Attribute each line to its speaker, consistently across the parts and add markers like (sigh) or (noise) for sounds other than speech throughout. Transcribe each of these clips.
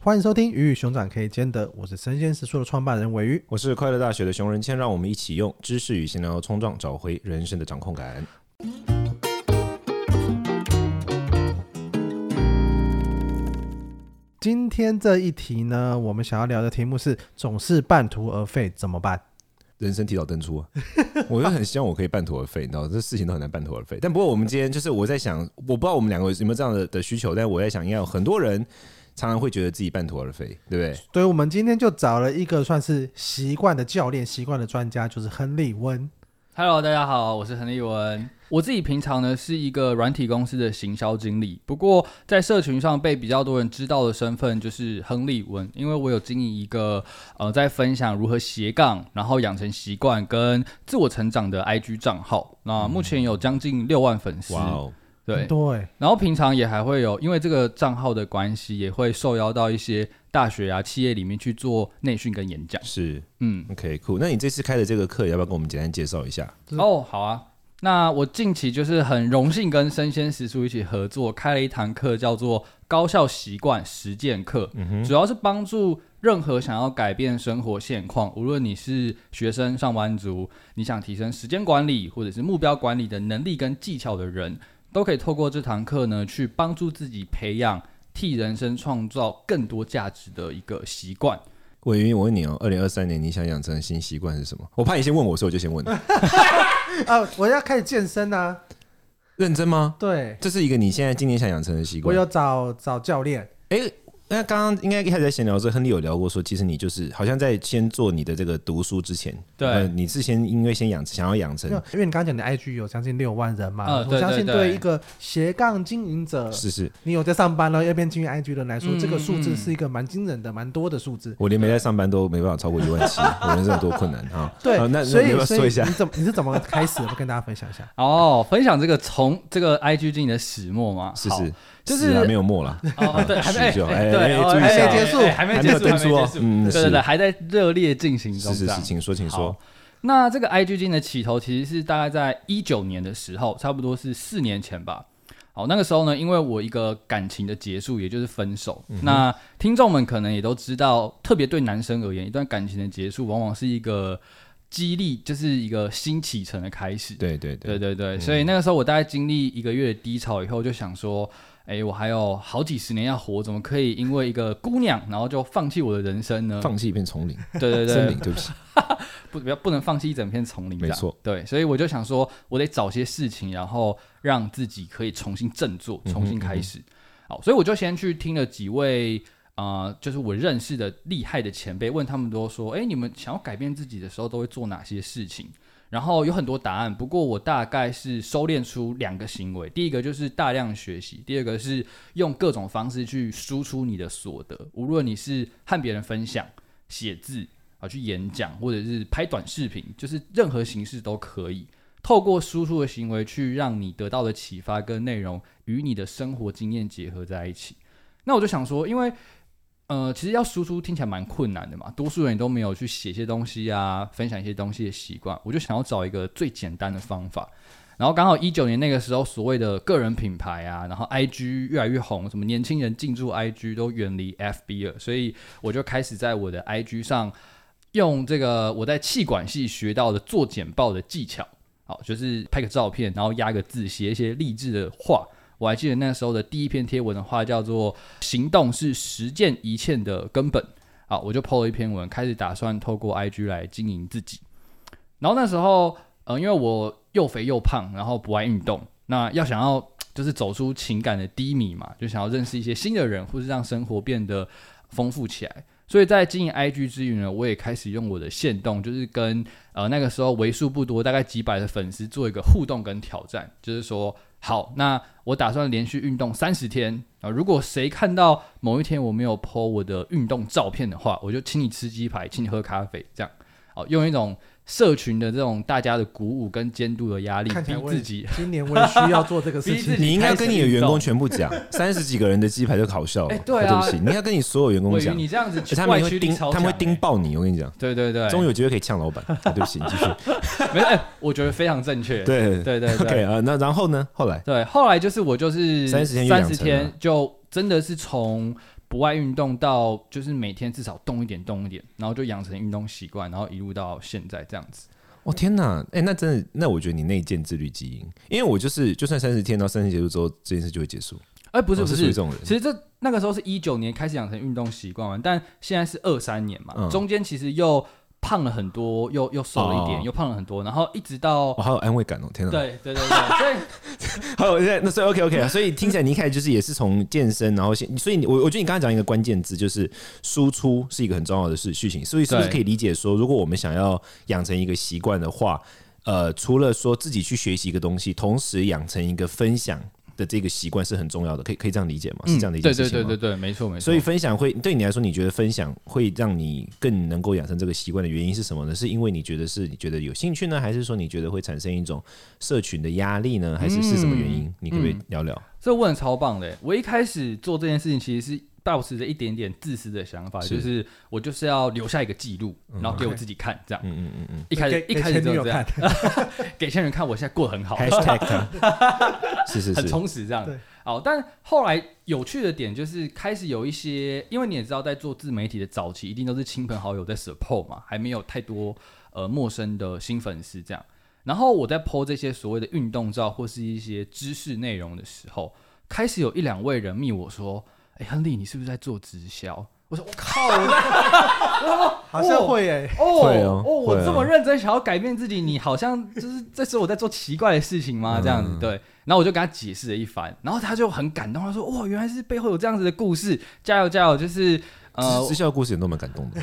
Speaker 1: 欢迎收听《鱼与熊掌可以兼得》，我是生鲜食宿的创办人尾鱼。
Speaker 2: 我是快乐大学的熊仁谦，让我们一起用知识与闲聊冲撞，找回人生的掌控感。
Speaker 1: 今天这一题呢，我们想要聊的题目是总是半途而废怎么办？
Speaker 2: 人生提早登出啊！ (laughs) 我就很希望我可以半途而废，你知道，这事情都很难半途而废。但不过我们今天就是我在想，我不知道我们两个有没有这样的的需求，但我在想，应该有很多人常常会觉得自己半途而废，对不对？
Speaker 1: 所以我们今天就找了一个算是习惯的教练、习惯的专家，就是亨利温。
Speaker 3: Hello，大家好，我是陈立文。我自己平常呢是一个软体公司的行销经理，不过在社群上被比较多人知道的身份就是亨利文，因为我有经营一个呃在分享如何斜杠，然后养成习惯跟自我成长的 IG 账号。那目前有将近六万粉丝，
Speaker 2: 哇哦，
Speaker 3: 对，
Speaker 1: 对，
Speaker 3: 然后平常也还会有，因为这个账号的关系，也会受邀到一些大学啊、企业里面去做内训跟演讲。
Speaker 2: 是
Speaker 3: 嗯，
Speaker 2: OK，酷。那你这次开的这个课，要不要跟我们简单介绍一下？
Speaker 1: 是
Speaker 3: 哦，好啊。那我近期就是很荣幸跟生鲜食宿一起合作，开了一堂课叫做高效习惯实践课，
Speaker 2: 嗯
Speaker 3: 主要是帮助任何想要改变生活现况，无论你是学生、上班族，你想提升时间管理或者是目标管理的能力跟技巧的人，都可以透过这堂课呢，去帮助自己培养替人生创造更多价值的一个习惯。
Speaker 2: 伟云，我问你哦，二零二三年你想养成的新习惯是什么？我怕你先问我，所以我就先问你。
Speaker 1: 啊，我要开始健身啊。
Speaker 2: 认真吗？
Speaker 1: 对，
Speaker 2: 这是一个你现在今年想养成的习
Speaker 1: 我
Speaker 2: 惯。
Speaker 1: 有找找教练。
Speaker 2: 哎、那刚刚应该一开始在闲聊的时候，亨利有聊过说，其实你就是好像在先做你的这个读书之前，
Speaker 3: 对呃
Speaker 2: 呃你是先因为先养想要养成
Speaker 1: 因为，因为你刚刚讲你的 IG 有将近六万人嘛，
Speaker 3: 嗯对
Speaker 1: 我相信
Speaker 3: 对对
Speaker 1: 对一个斜杠经营者，
Speaker 2: 是是，
Speaker 1: 你有在上班了，要边经营 IG 的人来说，
Speaker 3: 嗯
Speaker 1: 这个数字
Speaker 3: 嗯
Speaker 1: 是一个蛮惊人的、蛮多的数字。
Speaker 2: 我连没在上班都没办法超过一万
Speaker 3: (laughs)
Speaker 2: 七，我人生有多困难啊！
Speaker 1: 对，
Speaker 2: 好那
Speaker 1: 所
Speaker 2: 那
Speaker 1: 以
Speaker 2: 你要不要
Speaker 1: 所
Speaker 2: 说
Speaker 1: 以
Speaker 2: 一下
Speaker 1: 你怎么你是怎么开始的？我跟大家分享一
Speaker 2: (laughs)
Speaker 1: 下。
Speaker 3: 哦，分享这个从这个 IG 经营的始末吗？
Speaker 2: 是
Speaker 3: 好
Speaker 2: 是，
Speaker 3: 就是
Speaker 2: 是啊没有末了，
Speaker 3: 哦，对，还没
Speaker 2: 是就
Speaker 3: 哎
Speaker 2: 哎
Speaker 3: 对
Speaker 2: 哎
Speaker 3: 哦
Speaker 2: 注意一
Speaker 3: 哎
Speaker 2: 下
Speaker 3: 哎
Speaker 1: 结束
Speaker 3: (laughs) 哎还没
Speaker 2: 还
Speaker 3: 结
Speaker 2: 没有
Speaker 3: 束，
Speaker 2: 登出哦
Speaker 3: 结，束
Speaker 2: 嗯，
Speaker 3: 对对对，
Speaker 2: 是
Speaker 3: 还在热烈进行中。
Speaker 2: 是是
Speaker 3: 这
Speaker 2: 是，
Speaker 3: 样
Speaker 2: 请说请说
Speaker 3: 好，那这个 IG 经营的起头其实是大概在一九年的时候，差不多是四年前吧。好，那个时候呢，因为我一个感情的结束，也就是分手。
Speaker 2: 嗯
Speaker 3: 那听众们可能也都知道，特别对男生而言，一段感情的结束往往是一个激励，就是一个新启程的开始。
Speaker 2: 对对对嗯
Speaker 3: 对，对对，所以那个时候我大概经历一个月的低潮以后，就想说，哎，我还有好几十年要活，怎么可以因为一个姑娘，然后就放弃我的人生呢？
Speaker 2: 放弃一片丛林，
Speaker 3: 对对
Speaker 2: 森
Speaker 3: 对
Speaker 2: 林，，对不起，
Speaker 3: 不不要不能放弃一整片丛林，
Speaker 2: 没错。
Speaker 3: 对，所以我就想说，我得找些事情，然后让自己可以重新振作，
Speaker 2: 嗯
Speaker 3: 重新开始。好，所以我就先去听了几位。啊、就是我认识的厉害的前辈，问他们都说：“哎、你们想要改变自己的时候，都会做哪些事情？”然后有很多答案，不过我大概是收敛出两个行为，第一个就是大量学习，第二个是用各种方式去输出你的所得，无论你是和别人分享、写字啊、去演讲，或者是拍短视频，就是任何形式都可以。透过输出的行为去让你得到的启发跟内容与你的生活经验结合在一起。那我就想说，因为呃，其实要输出听起来蛮困难的嘛，多数人都没有去写一些东西啊，分享一些东西的习惯。我就想要找一个最简单的方法。然后刚好一九年那个时候，所谓的个人品牌啊，然后 IG 越来越红，什么年轻人进驻 IG 都远离 FB 了，所以我就开始在我的 IG 上用这个我在气管系学到的做简报的技巧，好，就是拍个照片，然后压个字，写一些励志的话。我还记得那时候的第一篇贴文的话叫做“行动是实践一切的根本”，好，我就 PO 了一篇文，开始打算透过 IG 来经营自己。然后那时候，呃，因为我又肥又胖，然后不爱运动，那要想要就是走出情感的低迷嘛，就想要认识一些新的人，或是让生活变得丰富起来。所以在经营 IG 之余呢，我也开始用我的线动，就是跟呃那个时候为数不多大概几百的粉丝做一个互动跟挑战，就是说，好，那我打算连续运动三十天啊、如果谁看到某一天我没有 po 我的运动照片的话，我就请你吃鸡排，请你喝咖啡，这样，好、用一种社群的这种大家的鼓舞跟监督的压力，
Speaker 1: 看起
Speaker 3: 逼
Speaker 1: 来我也
Speaker 3: 自己
Speaker 1: 今年我也需要做这
Speaker 2: (laughs)
Speaker 1: 个事
Speaker 3: 逼
Speaker 1: 情
Speaker 3: (laughs) 自。己
Speaker 2: 你应该
Speaker 3: 开
Speaker 2: 跟
Speaker 3: 始
Speaker 2: 你的
Speaker 3: 运
Speaker 2: 员工
Speaker 3: 动
Speaker 2: 全部讲，
Speaker 3: (laughs)
Speaker 2: 三十几个人的鸡排都烤笑了，
Speaker 3: 哎对啊
Speaker 2: 对不起，你应该跟你所有员工
Speaker 3: 对于
Speaker 2: 讲，
Speaker 3: 你这样子
Speaker 2: 而且他
Speaker 3: 外
Speaker 2: 们会
Speaker 3: 驱力
Speaker 2: 盯，
Speaker 3: 超
Speaker 2: 他们会
Speaker 3: 强
Speaker 2: 盯
Speaker 3: 欸
Speaker 2: 爆你，我跟你讲。
Speaker 3: 对对对，
Speaker 2: 终于有机会可以呛老板，对不起，你继续。
Speaker 3: 没哎、我觉得非常正确。
Speaker 2: 对
Speaker 3: 对对对
Speaker 2: OK 啊，那然后呢？后来
Speaker 3: 对，后来就是我就是
Speaker 2: 30天就养
Speaker 3: 三
Speaker 2: 成
Speaker 3: 十
Speaker 2: 了
Speaker 3: 天就真的是从不爱运动到就是每天至少动一点动一点，然后就养成运动习惯，然后一路到现在这样子。
Speaker 2: 哦天哪，哎、那真的，那我觉得你内建自律基因，因为我就是就算三十天到三十结束之后，这件事就会结束。
Speaker 3: 哎、不是
Speaker 2: 我
Speaker 3: 不
Speaker 2: 哦属于
Speaker 3: 是
Speaker 2: 这，种人，
Speaker 3: 其实这那个时候是一九年开始养成运动习惯嘛，但现在是二三年嘛，
Speaker 2: 嗯
Speaker 3: 中间其实又胖了很多，又又瘦了一点，
Speaker 2: 哦
Speaker 3: 又胖了很多，然后一直到
Speaker 2: 我、好有安慰感哦！天哪，
Speaker 3: 对对对对，所以
Speaker 2: 好有那所以 OK OK，所以听起来你一开始就是也是从健身，然后先，所以你我我觉得你刚才讲一个关键字就是输出是一个很重要的事事情，所以是不是
Speaker 3: 对
Speaker 2: 可以理解说，如果我们想要养成一个习惯的话，呃，除了说自己去学习一个东西，同时养成一个分享的这个习惯是很重要的，可以可以这样理解吗？是这样的一件
Speaker 3: 嗯对
Speaker 2: 事情
Speaker 3: 对
Speaker 2: 吗？
Speaker 3: 对对对，没错没错。
Speaker 2: 所以分享会对你来说，你觉得分享会让你更能够养成这个习惯的原因是什么呢？是因为你觉得是你觉得有兴趣呢，还是说你觉得会产生一种社群的压力呢？还是是什么原因？你可不可以聊聊？
Speaker 3: 这问的超棒的欸。我一开始做这件事情，其实是抱持着一点点自私的想法，
Speaker 2: 是
Speaker 3: 就是我就是要留下一个记录，然后给我
Speaker 1: OK
Speaker 3: 自己看，这样。
Speaker 2: 嗯嗯嗯嗯。
Speaker 3: 一开始
Speaker 1: 给
Speaker 3: 一
Speaker 1: 给
Speaker 3: 开始
Speaker 1: 前
Speaker 3: 就
Speaker 1: 女友
Speaker 3: 这样
Speaker 1: 看，，
Speaker 2: (laughs)
Speaker 1: (laughs)
Speaker 3: 给前人看我现在过得很好，
Speaker 2: Hashtag 它是是
Speaker 3: 很
Speaker 2: 是，
Speaker 3: 充实这样
Speaker 1: 对。
Speaker 3: 好，但后来有趣的点就是开始有一些，因为你也知道，在做自媒体的早期，一定都是亲朋好友在 support 嘛，还没有太多呃陌生的新粉丝这样。然后我在 po 这些所谓的运动照或是一些知识内容的时候，开始有一两位人密我说：“哎、亨利，你是不是在做直销？”我说：“我靠！”我在
Speaker 1: 好像会耶，
Speaker 2: 会
Speaker 3: 哦
Speaker 2: 哦
Speaker 3: 哦，我
Speaker 2: 会哦
Speaker 3: 这么认真想要改变自己，你好像就是这时候我在做奇怪的事情
Speaker 2: 嗯
Speaker 3: 吗？这样子对，然后我就跟他解释了一番，然后他就很感动，他说：“哇，原来是背后有这样子的故事，加油加油！”就是呃
Speaker 2: 直，直销的故事也都蛮感动的。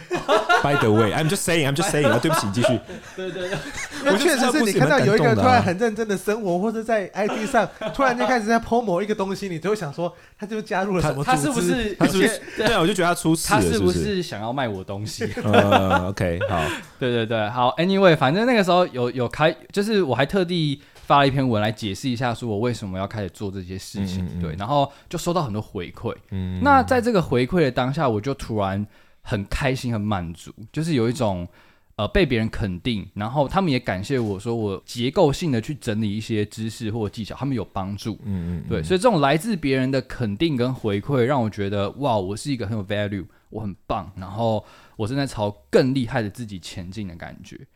Speaker 2: By (laughs) the way，I'm just saying，I'm just saying 啊。对不起，你继续。
Speaker 3: 对对对，
Speaker 1: 因为
Speaker 2: 我就
Speaker 1: 确
Speaker 2: 知道
Speaker 1: 实是
Speaker 2: 故
Speaker 1: 你
Speaker 2: 事
Speaker 1: 看到
Speaker 2: 蛮
Speaker 1: 有一个人
Speaker 2: 感动的
Speaker 1: 突
Speaker 2: 啊
Speaker 1: 然很认真的生活，或者在 IG 上突然间开始在 PO 某一个东西，你就会想说，他就加入了什么
Speaker 3: 他是不
Speaker 1: 组织？
Speaker 3: 是
Speaker 2: 他是不
Speaker 3: 有
Speaker 2: 是
Speaker 3: 些？
Speaker 2: 对啊，我就觉得他出事
Speaker 3: 他
Speaker 2: 了，
Speaker 3: 是
Speaker 2: 是
Speaker 3: 不
Speaker 2: 是？
Speaker 3: 是想要卖我东西？ (laughs)
Speaker 2: 呃，OK，好，
Speaker 3: 对对对，好，Anyway，反正那个时候有有开，就是我还特地发了一篇文来解释一下，说我为什么要开始做这些事
Speaker 2: 嗯
Speaker 3: 情，
Speaker 2: 嗯嗯
Speaker 3: 对，然后就收到很多回馈。
Speaker 2: 嗯
Speaker 3: 那在这个回馈的当下，我就突然很开心、很满足，就是有一种呃被别人肯定，然后他们也感谢我说我结构性的去整理一些知识或技巧，他们有帮助。
Speaker 2: 嗯嗯，
Speaker 3: 对，所以这种来自别人的肯定跟回馈，让我觉得哇，我是一个很有 value，我很棒，然后我正在朝更厉害的自己前进的感觉。
Speaker 2: 嗯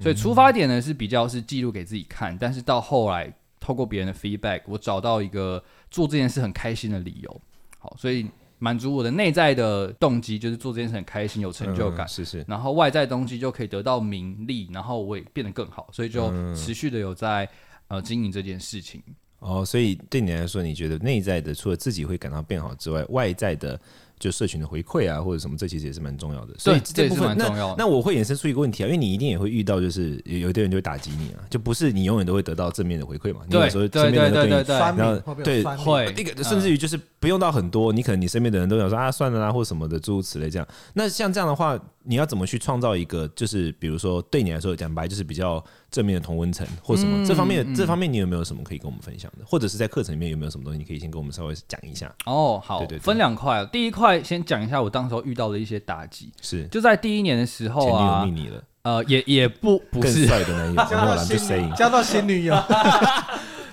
Speaker 3: 所以出发点呢是比较是记录给自己看，但是到后来透过别人的 feedback，我找到一个做这件事很开心的理由。好，所以满足我的内在的动机，就是做这件事很开心，有成就感。
Speaker 2: 嗯是是。
Speaker 3: 然后外在东西就可以得到名利，然后我也变得更好，所以就
Speaker 2: 嗯
Speaker 3: 持续的有在、呃经营这件事情。
Speaker 2: 哦，所以对你来说，你觉得内在的除了自己会感到变好之外，外在的就社群的回馈啊，或者什么，这其实也是蛮重要的。所以
Speaker 3: 这也
Speaker 2: 部
Speaker 3: 是
Speaker 2: 分
Speaker 3: 蛮重要的
Speaker 2: 那那我会衍生出一个问题啊，因为你一定也会遇到，就是有有的人就会打击你啊，就不是你永远都会得到正面的回馈嘛。你有
Speaker 3: 对
Speaker 2: 时候
Speaker 3: 对
Speaker 2: 正面的
Speaker 3: 对
Speaker 2: 对
Speaker 3: 对对
Speaker 2: 你
Speaker 3: 对
Speaker 1: 酸，
Speaker 2: 然
Speaker 1: 民
Speaker 2: 后
Speaker 1: 会不会
Speaker 2: 对
Speaker 1: 有酸民？
Speaker 3: 会
Speaker 2: 那个甚至于就是不用到很多，你可能你身边的人都想说啊，算了啦，或什么的，诸如此类这样。那像这样的话，你要怎么去创造一个，就是比如说对你来说讲白，就是比较正面的同温层或什
Speaker 3: 嗯
Speaker 2: 么、这方面的，这方面你有没有什么可以跟我们分享的？或者是在课程里面有没有什么东西，你可以先跟我们稍微讲一下？
Speaker 3: 哦，好，
Speaker 2: 对对对
Speaker 3: 分两块哦。第一块先讲一下我当时候遇到的一些打击，
Speaker 2: 是
Speaker 3: 就在第一年的时
Speaker 2: 前
Speaker 3: 候
Speaker 2: 女友
Speaker 3: 啊
Speaker 2: 腻，你了，
Speaker 3: 呃，也也不不 (laughs)
Speaker 2: 更
Speaker 3: 是，
Speaker 2: 帅的男友，没
Speaker 1: 交
Speaker 2: 有
Speaker 1: 到
Speaker 2: 啦，就 saying
Speaker 3: (laughs)
Speaker 1: 新交到新
Speaker 2: (laughs)
Speaker 1: 女友，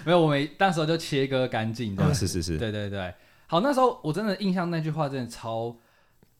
Speaker 3: 没有，我们那时候就切割干净
Speaker 2: 啊，
Speaker 3: 的。
Speaker 2: 是是是，
Speaker 3: 对对对，好，那时候我真的印象那句话真的超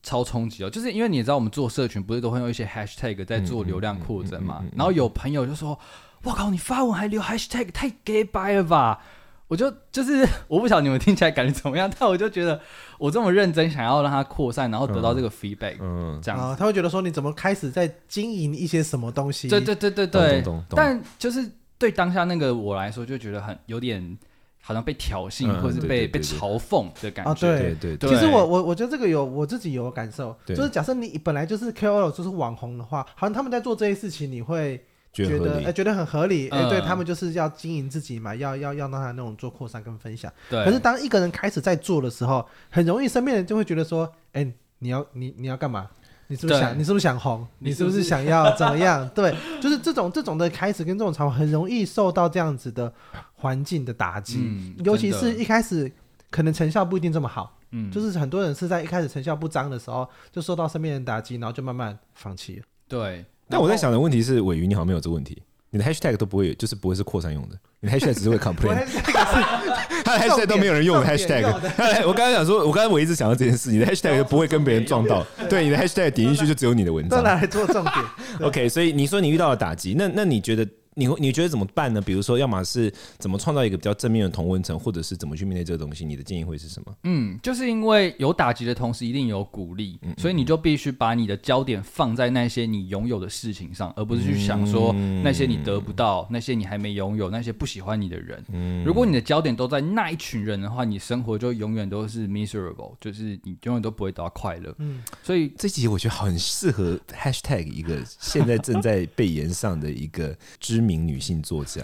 Speaker 3: 超冲击哦，就是因为你也知道我们做社群不是都会用一些 hashtag 在做流量扩增嘛，
Speaker 2: 嗯
Speaker 3: 然后有朋友就说：“我靠，你发文还留 hashtag，太 gay 掰了吧！”我就就是我不晓得你们听起来感觉怎么样，但我就觉得我这么认真想要让它扩散，然后得到这个 feedback，、
Speaker 2: 嗯，
Speaker 3: 这样子
Speaker 1: 啊，他会觉得说你怎么开始在经营一些什么东西？
Speaker 3: 对对对对
Speaker 2: 懂
Speaker 3: 对
Speaker 2: 懂懂，懂
Speaker 3: 但就是对当下那个我来说，就觉得很有点好像被挑衅，
Speaker 2: 嗯
Speaker 3: 或是
Speaker 2: 对
Speaker 3: 被
Speaker 2: 对
Speaker 3: 被
Speaker 2: 对对
Speaker 3: 嘲讽的感
Speaker 1: 啊
Speaker 3: 觉。
Speaker 1: 对
Speaker 2: 对对
Speaker 3: 对
Speaker 1: 其实我我我觉得这个有我自己有感受，
Speaker 2: 对
Speaker 1: 就是假设你本来就是 KOL 就是网红的话，好像他们在做这些事情，你会
Speaker 2: 觉
Speaker 1: 觉
Speaker 2: 得合
Speaker 1: 得哎
Speaker 2: 理，
Speaker 1: 觉得很合理，哎
Speaker 3: 嗯
Speaker 1: 对他们就是要经营自己嘛，要要要让他那种做扩散跟分享。
Speaker 3: 对，
Speaker 1: 可是当一个人开始在做的时候，很容易身边人就会觉得说，哎，你要你你要干嘛？你是不是
Speaker 3: 对
Speaker 1: 想你是不是想红？
Speaker 3: 你
Speaker 1: 你
Speaker 3: 是
Speaker 1: 是
Speaker 3: 不
Speaker 1: 不
Speaker 3: 是
Speaker 1: 是想要怎么样？ (laughs) 对，就是这种这种的开始跟这种场很容易受到这样子的环境的打击，
Speaker 3: 嗯
Speaker 1: 尤其
Speaker 3: 真的
Speaker 1: 是一开始可能成效不一定这么好。
Speaker 3: 嗯，
Speaker 1: 就是很多人是在一开始成效不彰的时候，就受到身边人打击，然后就慢慢放弃了。
Speaker 3: 对。
Speaker 2: 但我在想的问题是，尾鱼你好像没有这个问题，你的 hashtag 都不会，就是不会是扩散用的，你的 hashtag 只是会
Speaker 1: 我
Speaker 2: complain，
Speaker 1: 还是这个是 (laughs)
Speaker 2: 他的 hashtag 都没有人用的
Speaker 1: 重点重点
Speaker 2: hashtag
Speaker 1: 用的。
Speaker 2: 他 (laughs) 的我刚刚想说，我刚刚我一直想到这件事，
Speaker 1: (laughs)
Speaker 2: 你的 hashtag 就不会跟别人撞到，对，你的 hashtag 点进去就只有你的文
Speaker 1: 都
Speaker 2: 章。
Speaker 1: 拿来做重
Speaker 3: (laughs)
Speaker 1: 点。
Speaker 2: OK，所以你说你遇到了打击，那那你觉得你会你觉得怎么办呢？比如说，要么是怎么创造一个比较正面的同温层，或者是怎么去面对这个东西？你的建议会是什么？
Speaker 3: 嗯，就是因为有打击的同时，一定有鼓励，
Speaker 2: 嗯
Speaker 3: 所以你就必须把你的焦点放在那些你拥有的事情上，而不是去想说
Speaker 2: 嗯
Speaker 3: 那些你得不到、那些你还没拥有、那些不喜欢你的人。
Speaker 2: 嗯
Speaker 3: 如果你的焦点都在那一群人的话，你生活就永远都是 miserable，就是你永远都不会得到快乐。
Speaker 1: 嗯
Speaker 3: 所以
Speaker 2: 这集我觉得很适合 hashtag 一个现在正在被延上的一个知名女性作家，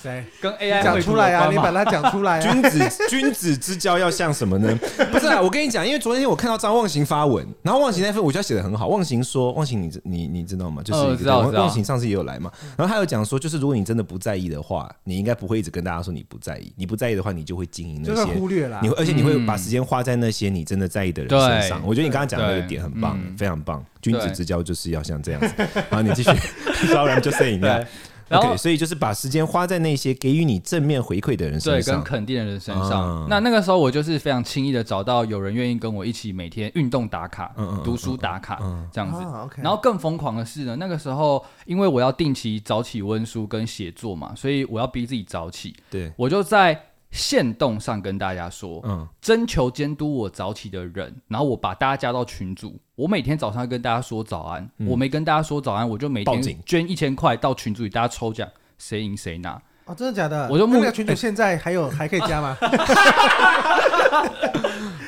Speaker 1: 谁
Speaker 3: 跟 AI
Speaker 1: 讲
Speaker 3: 绘图
Speaker 1: 出来
Speaker 3: 有
Speaker 1: 啊？
Speaker 3: 关
Speaker 1: 你
Speaker 3: 嘛
Speaker 1: 把它讲出
Speaker 3: (laughs)
Speaker 1: 来啊！
Speaker 2: (laughs) 君子君子之交要像什么呢？ (laughs) 不是啊，我跟你讲，因为昨天我看到张望行发文，然后望行那份我觉得写的很好。望行说，望行你知你你知道吗？就是
Speaker 3: 呃
Speaker 2: 一个、
Speaker 3: 我知道
Speaker 2: 对
Speaker 3: 我知道
Speaker 2: 望行上次也有来嘛，然后他有讲说，就是如果你真的不在意的话，你应该不会一直跟大家说你不在意，你不在意的话，你就会经营那
Speaker 1: 就是
Speaker 2: 些。
Speaker 1: 忽略啊啦
Speaker 2: 你。会，而且你会把时间花在那些你真的在意的人身上。
Speaker 3: 嗯对
Speaker 2: 我觉得你刚刚讲的那个
Speaker 3: 对
Speaker 2: 点很棒
Speaker 3: 嗯，
Speaker 2: 非常棒。君子之交就是要像这样子。好，你继续， (laughs) 不然就剩饮料
Speaker 3: 对。然后
Speaker 2: OK，所以就是把时间花在那些给予你正面回馈的人身
Speaker 3: 对，跟
Speaker 2: 上。
Speaker 3: 肯定的人身上。
Speaker 2: 啊
Speaker 3: 那那个时候我就是非常轻易的找到有人愿意跟我一起每天运动打卡、
Speaker 2: 嗯嗯嗯
Speaker 3: 读书打卡、这样子。
Speaker 1: 啊，OK
Speaker 3: 然后更疯狂的是呢，那个时候因为我要定期早起温书跟写作嘛，所以我要逼自己早起，
Speaker 2: 对，
Speaker 3: 我就在。线动上跟大家说，
Speaker 2: 嗯。
Speaker 3: 征求监督我早起的人，然后我把大家加到群组。我每天早上跟大家说早安，我没跟大家说早安，我就每
Speaker 2: 嗯报警
Speaker 3: 天捐一千块到群组里，大家抽奖，谁赢谁拿。
Speaker 1: 哦，真的假的？
Speaker 3: 我就目哎
Speaker 1: 那个群主现在还有还可以加吗？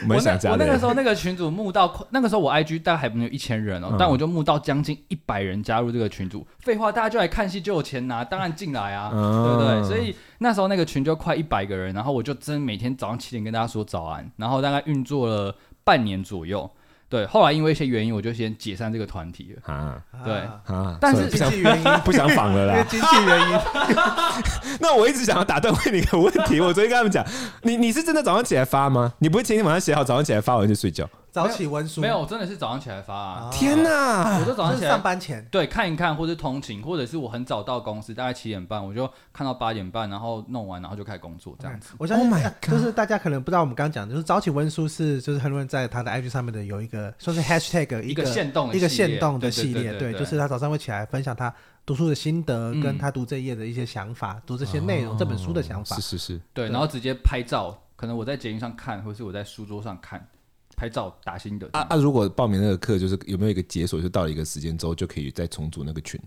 Speaker 2: 蛮想
Speaker 3: 我
Speaker 2: 加
Speaker 3: 那。我那个时
Speaker 2: 的。
Speaker 3: 候那个群组募到快，那个时候我 IG 大概还没有一千人哦、但我就募到将近一百人加入这个群组。废话，大家就来看戏就有钱拿，当然进来啊，
Speaker 2: 嗯
Speaker 3: 对不对？所以那时候那个群就快一百个人，然后我就真每天早上七点跟大家说早安，然后大概运作了半年左右。对，后来因为一些原因，我就先解散这个团体了。
Speaker 2: 啊
Speaker 3: (laughs) 对啊
Speaker 1: 啊
Speaker 2: 啊！
Speaker 3: 但
Speaker 2: 算了
Speaker 3: 是
Speaker 2: 不
Speaker 1: 经
Speaker 2: 想
Speaker 1: 济原因，因
Speaker 2: (laughs) 不想仿了
Speaker 1: 为
Speaker 2: 啦。
Speaker 1: 经济原因，
Speaker 2: 那我一直想要打断问你一个问题，我昨天跟他们讲，你你是真的早上起来发吗？你不会前天晚上写好，早上起来发完就睡觉？
Speaker 1: 早起文书
Speaker 3: 没有，我真的是早上起来发啊，
Speaker 2: 天哪
Speaker 3: 我！就早上
Speaker 1: 就
Speaker 3: 起
Speaker 1: 是
Speaker 3: 来
Speaker 1: 上班前，
Speaker 3: 对，看一看，或是通勤，或者是我很早到公司，大概七点半，我就看到八点半，然后弄完，然后就开始工作这样子。
Speaker 1: 我相信
Speaker 2: Oh my
Speaker 1: 呃就是大家可能不知道，我们刚刚讲的就是早起温书是，就是很多人在他的 IG 上面的有一个算是 hashtag
Speaker 3: 一
Speaker 1: 个
Speaker 3: 个限动的
Speaker 1: 一个
Speaker 3: 系列
Speaker 1: 限动的
Speaker 3: 对对
Speaker 1: 系
Speaker 3: 对
Speaker 1: 列，
Speaker 3: 对对
Speaker 1: 就是他早上会起来分享他读书的心得，
Speaker 3: 嗯
Speaker 1: 跟他读这一页的一些想法，读这些内容，这本书的想法
Speaker 3: 哦
Speaker 2: 是。是是，
Speaker 3: 对，然后直接拍照，可能我在捷运上看，或是我在书桌上看，拍照打心得。
Speaker 2: 啊啊！如果报名那个课，就是有没有一个解锁，就到了一个时间之后就可以再重组那个群？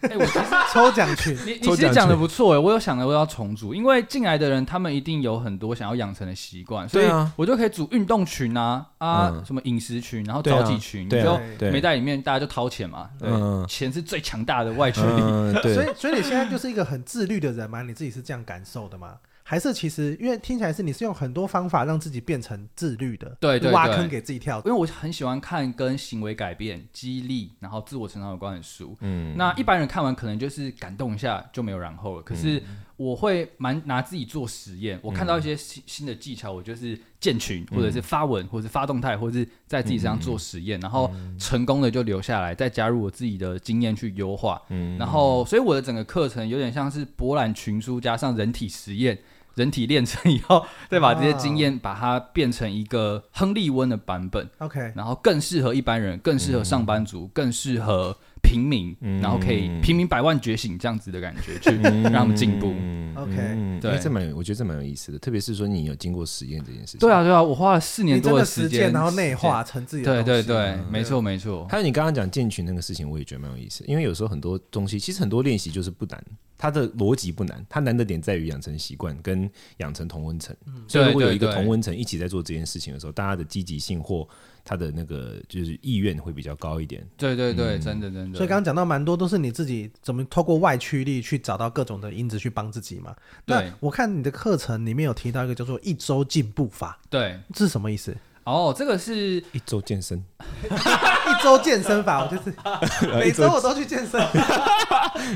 Speaker 3: 哎、我其实
Speaker 1: 抽奖群
Speaker 3: 你你
Speaker 2: 抽
Speaker 3: 其实
Speaker 2: 奖
Speaker 3: 讲的
Speaker 2: 券
Speaker 3: 不错哎，我有想着我要重组，因为进来的人他们一定有很多想要养成的习惯，所以
Speaker 2: 对啊
Speaker 3: 我就可以组运动群啊啊、
Speaker 2: 嗯
Speaker 3: 什么饮食群，然后
Speaker 2: 对啊
Speaker 3: 早起群，
Speaker 2: 对
Speaker 3: 你
Speaker 2: 啊
Speaker 3: 就
Speaker 2: 对
Speaker 3: 没在里面，大家就掏钱嘛，对，
Speaker 2: 嗯 (laughs)
Speaker 3: 钱是最强大的外驱力。
Speaker 2: 嗯， (laughs)
Speaker 1: 所
Speaker 2: 对。
Speaker 1: 以所以你现在就是一个很自律的人吗？你自己是这样感受的吗？还是其实因为听起来是你是用很多方法让自己变成自律的，
Speaker 3: 对对
Speaker 1: 挖
Speaker 3: 对
Speaker 1: 坑给自己跳
Speaker 3: 因。为我很喜欢看跟行为改变、激励，然后自我成长有关的书。
Speaker 2: 嗯
Speaker 3: 嗯，那一般人看完可能就是感动一下就没有然后了。可是我会蛮拿自己做实验，我看到一些新新的技巧，我就是建群，或者是发文，或者是发动态，或者是在自己身上做实验，然后成功的就留下来，再加入我自己的经验去优化。
Speaker 2: 嗯
Speaker 3: 嗯，然后所以我的整个课程有点像是博览群书加上人体实验。人体炼成以后，再把这些经验把它变成一个亨利温的版本，
Speaker 1: OK，
Speaker 3: 然后更适合一般人，更适合上班族，更适合平民，
Speaker 2: 嗯
Speaker 3: 然后可以平民百万觉醒这样子的感觉，去让他们进步。
Speaker 2: 嗯
Speaker 1: OK
Speaker 2: 嗯
Speaker 3: 对
Speaker 2: 哎这蛮有，我觉得这蛮有意思的，特别是说你有经过实验这件事情。
Speaker 3: 对啊，对啊，我花了四
Speaker 1: 你
Speaker 3: 年
Speaker 1: 真
Speaker 3: 多
Speaker 1: 的
Speaker 3: 时
Speaker 1: 实
Speaker 3: 间，
Speaker 1: 践，然后内化成自己
Speaker 3: 时
Speaker 1: 的
Speaker 3: 间。对
Speaker 1: 东
Speaker 3: 对
Speaker 1: 西嗯
Speaker 3: 对，没
Speaker 1: 对
Speaker 3: 错没错。
Speaker 2: 还有你刚刚讲建群那个事情，我也觉得蛮有意思，因为有时候很多东西，其实很多练习就是不难，它的逻辑不难，它难的点在于养成习惯跟养成同温层。所以如果有一个
Speaker 3: 对对对
Speaker 2: 同温层一起在做这件事情的时候，大家的积极性或他的那个就是意愿会比较高一点。
Speaker 3: 对对对，真的真的。
Speaker 1: 所以刚刚讲到蛮多都是你自己怎么透过外驱力去找到各种的因子去帮自己嘛。那
Speaker 3: 对
Speaker 1: 我看你的课程里面有提到一个叫做一周进步法，
Speaker 3: 对，
Speaker 1: 这是什么意思？
Speaker 3: 哦，这个是
Speaker 2: 一周健身，
Speaker 1: 一周健身法，我就是
Speaker 3: (laughs)
Speaker 1: 每
Speaker 3: 呃
Speaker 2: 一
Speaker 1: 周
Speaker 2: 周
Speaker 1: 我都去健身。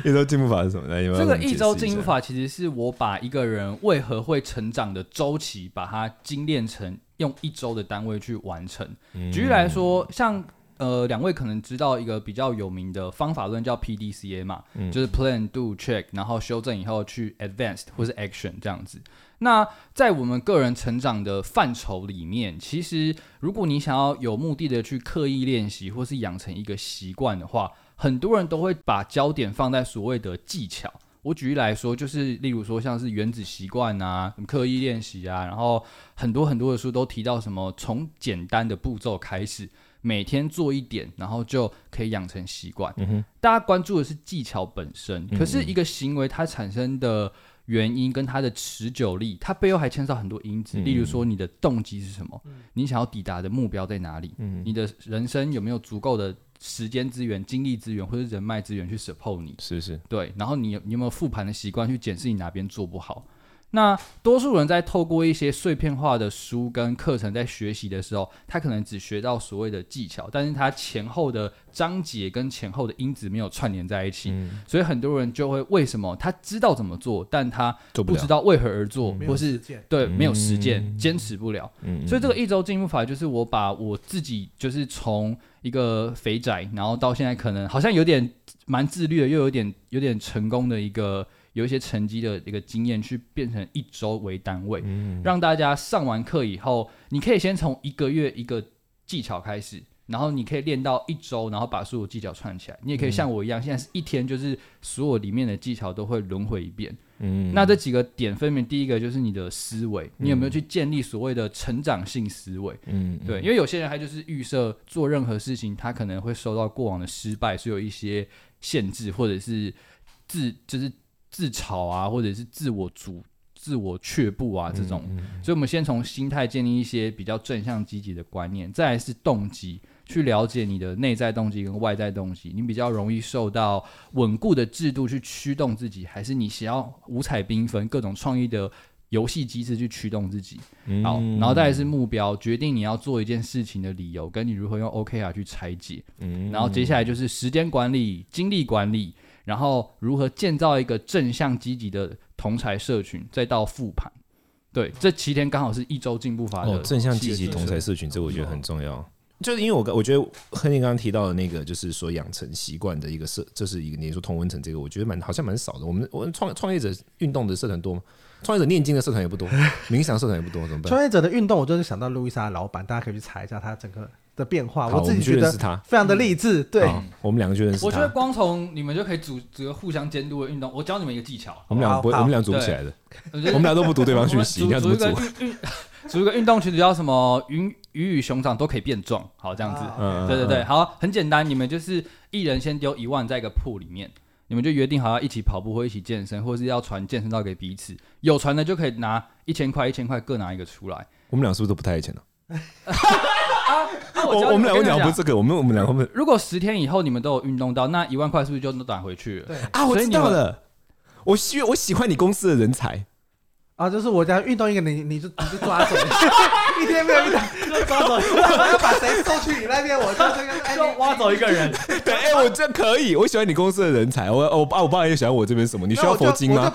Speaker 2: 一周进步法是什么？来，
Speaker 3: 这个一周进入，法其实是我把一个人为何会成长的周期，把它精炼成用一周的单位去完成。举例来说，像呃，两位可能知道一个比较有名的方法论叫 PDCA 嘛，就是 Plan、Do、Check，然后修正以后去 Advanced 或是 Action 这样子。那在我们个人成长的范畴里面，其实如果你想要有目的的去刻意练习，或是养成一个习惯的话，很多人都会把焦点放在所谓的技巧。我举例来说，就是例如说像是原子习惯啊、刻意练习啊，然后很多很多的书都提到什么从简单的步骤开始，每天做一点，然后就可以养成习惯。大家关注的是技巧本身，可是一个行为它产生的原因跟它的持久力，它背后还牵涉到很多因子，例如说你的动机是什么，你想要抵达的目标在哪里，你的人生有没有足够的时间资源、精力资源或者人脉资源去 support 你。
Speaker 2: 是是，
Speaker 3: 对，然后你有你有没有复盘的习惯去检视你哪边做不好？那多数人在透过一些碎片化的书跟课程在学习的时候，他可能只学到所谓的技巧，但是他前后的章节跟前后的因子没有串联在一起，
Speaker 1: 嗯
Speaker 3: 所以很多人就会为什么他知道怎么做，但他
Speaker 2: 做不
Speaker 3: 不知
Speaker 2: 了。
Speaker 3: 道为何而做，
Speaker 1: 没有
Speaker 3: 或是
Speaker 1: 实践嗯
Speaker 3: 对没有实践，坚持不了。
Speaker 2: 嗯，
Speaker 3: 所以这个一周进步法就是我把我自己就是从一个肥宅，然后到现在可能好像有点蛮自律的，又有点有点成功的一个有一些成绩的一个经验，去变成一周为单位，
Speaker 2: 嗯
Speaker 3: 让大家上完课以后，你可以先从一个月一个技巧开始。然后你可以练到一周，然后把所有技巧串起来。你也可以
Speaker 2: 嗯
Speaker 3: 像我一样，现在是一天就是所有里面的技巧都会轮回一遍。
Speaker 2: 嗯
Speaker 3: 那这几个点分别，第一个就是你的思维，你有没有去建立所谓的成长性思维？
Speaker 2: 嗯
Speaker 3: 对，因为有些人他就是预设做任何事情，他可能会受到过往的失败，是有一些限制，或者是自就是自嘲啊，或者是自我主自我却步啊这
Speaker 2: 嗯
Speaker 3: 种。所以，我们先从心态建立一些比较正向积极的观念，再来是动机，去了解你的内在动机跟外在动机。你比较容易受到稳固的制度去驱动自己，还是你想要五彩缤纷、各种创意的游戏机制去驱动自己？好，
Speaker 2: 嗯
Speaker 3: 然后再来是目标，决定你要做一件事情的理由，跟你如何用 OKR 去拆解。
Speaker 2: 嗯
Speaker 3: 然后接下来就是时间管理、精力管理，然后如何建造一个正向积极的同才社群，再到复盘。对，这七天刚好是一周进步法的、
Speaker 2: 哦，正向积极同才社群，这我觉得很重要。就是因为我刚我觉得亨利刚刚提到的那个，就是说养成习惯的一个社，这是一个你说同温层这个，我觉得蛮好像蛮少的。我们我们创创业者运动的社团多吗？创业者念经的社团也不
Speaker 3: (laughs)
Speaker 2: 多，冥想社团也不多，怎么办？
Speaker 1: 创业者的运动，我就是想到路易莎的老板，大家可以去查一下他整个的变化。
Speaker 2: 好，我
Speaker 1: 自
Speaker 2: 们
Speaker 1: 己
Speaker 2: 去
Speaker 1: 觉
Speaker 2: 认
Speaker 1: 得
Speaker 2: 识他。
Speaker 1: 非常的励志，对，
Speaker 2: 好我们两个就认识
Speaker 3: 我觉得
Speaker 2: 他。
Speaker 3: 光从你们就可以组组个互相监督的运动。我教你们一个技巧，
Speaker 2: 我们俩不会，
Speaker 1: 好好
Speaker 2: 我们俩组不起来的。
Speaker 3: 我
Speaker 2: (laughs) 我们俩都不读对方讯
Speaker 3: 们 (laughs)
Speaker 2: 息，你
Speaker 3: 组
Speaker 2: 要怎么
Speaker 3: 组
Speaker 2: 组
Speaker 3: 一个？运运组一个运动群组叫什么？鱼鱼与熊掌都可以变壮，好这样子。
Speaker 1: 啊
Speaker 2: 嗯，
Speaker 3: 对对对，好，很简单，你们就是一人先丢一万在一个铺里面，你们就约定好要一起跑步或一起健身，或是要传健身照给彼此，有传的就可以拿一千块，一千块各拿一个出来。
Speaker 2: 我们俩是不是都不太爱钱了？
Speaker 3: 那
Speaker 2: 我
Speaker 3: 教你
Speaker 2: 我们俩
Speaker 3: 跟
Speaker 2: 我
Speaker 3: 你
Speaker 2: 俩
Speaker 3: 讲
Speaker 2: 不是这个，我们我们俩后面
Speaker 3: 如果十天以后你们都有运动到，那一万块是不是就都打回去了？
Speaker 1: 对
Speaker 2: 啊，我
Speaker 3: 所以
Speaker 2: 知
Speaker 3: 你
Speaker 2: 道
Speaker 3: 们
Speaker 2: 了。我希我喜欢你公司的人才，
Speaker 1: 啊，就是我讲运动一个你，你就你就抓走，一天没有运动就抓走，我要把谁送去你那边，我就这个哎，你
Speaker 3: 挖走一个人， (laughs)
Speaker 2: 对，哎、我这可以，我喜欢你公司的人才，我我啊，我爸也喜欢我这边什么？你需要佛经吗？？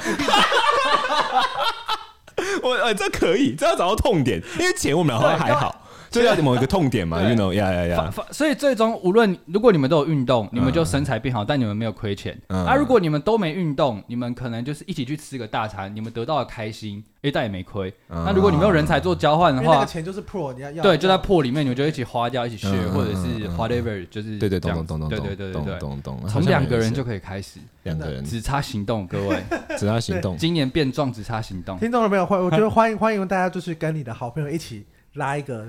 Speaker 2: (laughs) 我呃，这可以，这要找到痛点，因为钱我们俩好像还好，就要某一个痛点嘛
Speaker 3: 对
Speaker 2: ，you know，呀呀呀，
Speaker 3: 反所以最终无论如果你们都有运动，你们就身材变好，但你们没有亏钱。
Speaker 2: 嗯
Speaker 3: 啊，如果你们都没运动，你们可能就是一起去吃个大餐，你们得到了开心，哎，但也没亏。
Speaker 2: 嗯
Speaker 3: 那如果你们用人才做交换
Speaker 1: 因
Speaker 3: 的
Speaker 1: 为那
Speaker 3: 话
Speaker 1: 个，钱就是 pro，你要要
Speaker 3: 对，就在破里面，你们就一起花掉，一起 share，
Speaker 2: 嗯
Speaker 3: 或者是
Speaker 2: 嗯嗯
Speaker 3: whatever，就是
Speaker 2: 对对，
Speaker 3: 这
Speaker 2: 懂
Speaker 3: 样
Speaker 2: 懂懂
Speaker 3: 子
Speaker 2: 懂
Speaker 3: 对
Speaker 2: 懂
Speaker 3: 对对
Speaker 2: 懂
Speaker 3: 对对。
Speaker 2: 懂懂，好
Speaker 3: 从
Speaker 2: 像
Speaker 3: 两个人
Speaker 2: 也是
Speaker 3: 就可以开始，
Speaker 2: 两个人，
Speaker 3: 只差行动，各位，
Speaker 2: 只要行动，
Speaker 3: (laughs) 今年变壮只差行动。
Speaker 1: 听众朋友，欢我觉得欢迎欢迎大家，就是跟你的好朋友一起拉一个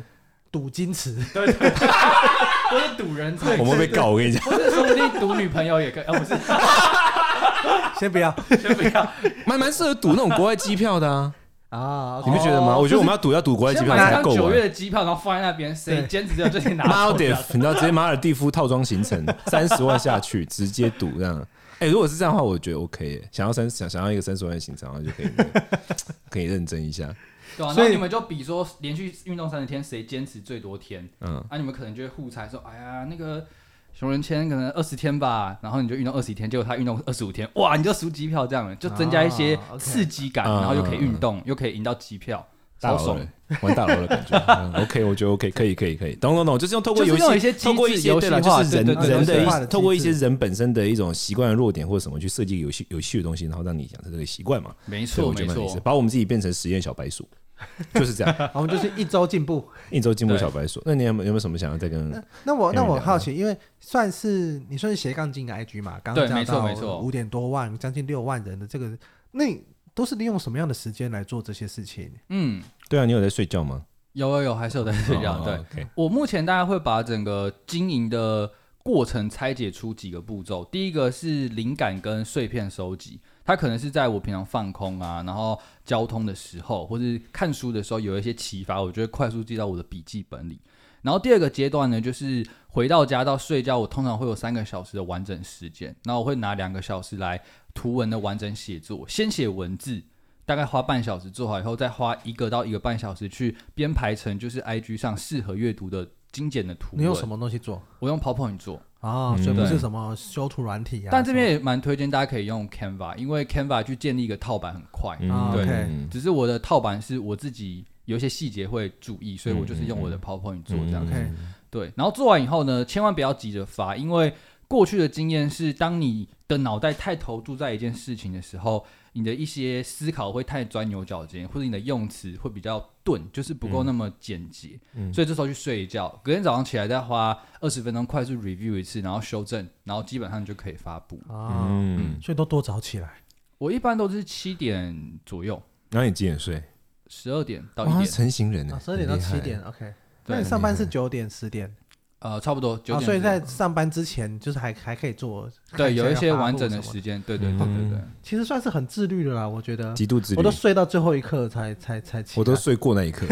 Speaker 1: 赌金池，
Speaker 3: 我是赌人 (laughs) 才
Speaker 2: 我，们会被告，我跟你讲，
Speaker 3: 不是说不定赌女朋友也可以，啊，不是，
Speaker 1: 先不要
Speaker 3: 先不要，
Speaker 2: 蛮蛮适合赌那种国外机票的啊，
Speaker 1: 啊
Speaker 2: 你不觉得吗？我觉得我们要赌要赌国 (laughs) 外机
Speaker 3: 哦先
Speaker 2: 票
Speaker 3: 买
Speaker 2: 才
Speaker 3: 张
Speaker 2: 够啊
Speaker 3: 九月
Speaker 2: 玩。
Speaker 3: 的机票，然后放在那边，谁
Speaker 1: 对
Speaker 3: 坚持掉就得拿
Speaker 2: 马尔
Speaker 3: 走。
Speaker 2: 地夫，你知道，直 (laughs) 接马尔地夫套装行程，三十万下去，直接赌这样。哎、如果是这样的话，我觉得 OK，耶想要三想想要一个三十万的行程，然后就可以 (laughs) 那个可以认真一下。
Speaker 3: 对啊，
Speaker 1: 所以
Speaker 3: 那你们就比说连续运动三十天，谁坚持最多天？
Speaker 2: 嗯，
Speaker 3: 啊，你们可能就会互猜说，哎呀，那个熊仁谦可能二十天吧，然后你就运动二十天，结果他运动二十五天，哇，你就输机票这样了，就增加一些
Speaker 1: 啊，OK
Speaker 3: 刺激感，
Speaker 2: 嗯
Speaker 3: 然后又可以运动，又可以赢到机票，
Speaker 2: 大
Speaker 3: 超
Speaker 2: 佬
Speaker 3: 爽
Speaker 2: 了，玩大佬的感觉。嗯 OK，我觉得 OK，可以，可以，可以，懂懂懂，就是用透过
Speaker 3: 就是
Speaker 2: 游
Speaker 3: 用一
Speaker 2: 戏
Speaker 3: 些，机
Speaker 2: 透过一
Speaker 3: 制
Speaker 2: 些
Speaker 3: 游
Speaker 2: 对
Speaker 3: 戏
Speaker 2: 啦，
Speaker 3: 化
Speaker 2: 就是人
Speaker 3: 对对对
Speaker 2: 人
Speaker 1: 游戏
Speaker 2: 的
Speaker 1: 化
Speaker 2: 一
Speaker 1: 的
Speaker 2: 透过一些
Speaker 1: 机制
Speaker 2: 人本身的一种习惯、弱点或者什么去设计游戏游戏的东西，然后让你养成这个习惯嘛。
Speaker 3: 没
Speaker 2: 所以
Speaker 3: 错
Speaker 2: 我觉
Speaker 3: 没
Speaker 2: 得蛮有意思，
Speaker 3: 错，
Speaker 2: 把我们自己变成实验小白鼠，就是这
Speaker 3: (laughs)
Speaker 2: 样，
Speaker 1: 好我们就是一周进步。
Speaker 2: 一周进步
Speaker 3: 对
Speaker 2: 小白鼠。那你有没有有没有什么想要再跟？
Speaker 1: 那我那
Speaker 2: 有
Speaker 3: 啊
Speaker 1: 我
Speaker 2: 点
Speaker 1: 好奇，因为算是你算是斜杠精的 IG 嘛，刚刚
Speaker 3: 对
Speaker 1: 讲
Speaker 3: 没错
Speaker 1: 到
Speaker 3: 没错
Speaker 1: 五点多万，将近六万人的这个，那你都是利用什么样的时间来做这些事情？
Speaker 3: 嗯，
Speaker 2: 对啊，你有在睡觉吗？
Speaker 3: 有有有，还是有在 (laughs) 睡觉。对
Speaker 2: 哦，OK，
Speaker 3: 我目前大概会把整个经营的过程拆解出几个步骤，第一个是灵感跟碎片收集。它可能是在我平常放空啊，然后交通的时候，或是看书的时候，有一些启发，我就会快速记到我的笔记本里。然后第二个阶段呢，就是回到家到睡觉，我通常会有三个小时的完整时间，然后我会拿两个小时来图文的完整写作，先写文字，大概花半小时做好以后，再花一个到一个半小时去编排成就是 IG 上适合阅读的精简的图文。
Speaker 1: 你用什
Speaker 3: 么？
Speaker 1: 么东西做？
Speaker 3: 我用 PowerPoint 做，
Speaker 1: 啊，所以不
Speaker 2: 嗯
Speaker 1: 是什么修图软体啊？
Speaker 3: 但这边也蛮推荐大家可以用 Canva，因为 Canva 去建立一个套版很快。
Speaker 1: 啊
Speaker 2: 对
Speaker 1: OK
Speaker 2: 嗯
Speaker 3: 只是我的套版是我自己有一些细节会注意，所以我就是用我的
Speaker 2: 嗯
Speaker 3: PowerPoint 做这样
Speaker 1: 什
Speaker 3: 子。
Speaker 1: 么 OK，
Speaker 3: 对，然后做完以后呢，千万不要急着发，因为过去的经验是，当你的脑袋太投注在一件事情的时候，你的一些思考会太钻牛角尖，或者你的用词会比较钝，就是不够那么简洁。
Speaker 2: 嗯
Speaker 3: 所以这时候去睡一觉，隔天早上起来再花二十分钟快速 review 一次，然后修正，然后基本上就可以发布。
Speaker 1: 啊，
Speaker 2: 嗯，
Speaker 1: 所以都多早起来。
Speaker 3: 我一般都是七点左右，
Speaker 2: 然后你几点睡？
Speaker 3: 十二点到一
Speaker 2: 哇，
Speaker 3: 点，
Speaker 2: 成型
Speaker 3: 嗯
Speaker 2: 人
Speaker 1: 啊，，
Speaker 2: 呢
Speaker 1: 十二点到七点，OK。那
Speaker 3: 对
Speaker 1: 你上班是九点十点，
Speaker 3: 呃，差不多九
Speaker 1: 啊，
Speaker 3: 点左右、
Speaker 1: 所以在上班之前就是还还可以做，看
Speaker 3: 对
Speaker 1: 起来
Speaker 3: 有一些
Speaker 1: 要发布
Speaker 3: 完整的
Speaker 1: 什么，
Speaker 3: 时间，对对对对对。
Speaker 1: 其实算是很自律的啦，我觉得。
Speaker 2: 极度自律
Speaker 1: 我都，睡到最后一刻才才才起来，
Speaker 2: 我都睡过那 (laughs) 一刻。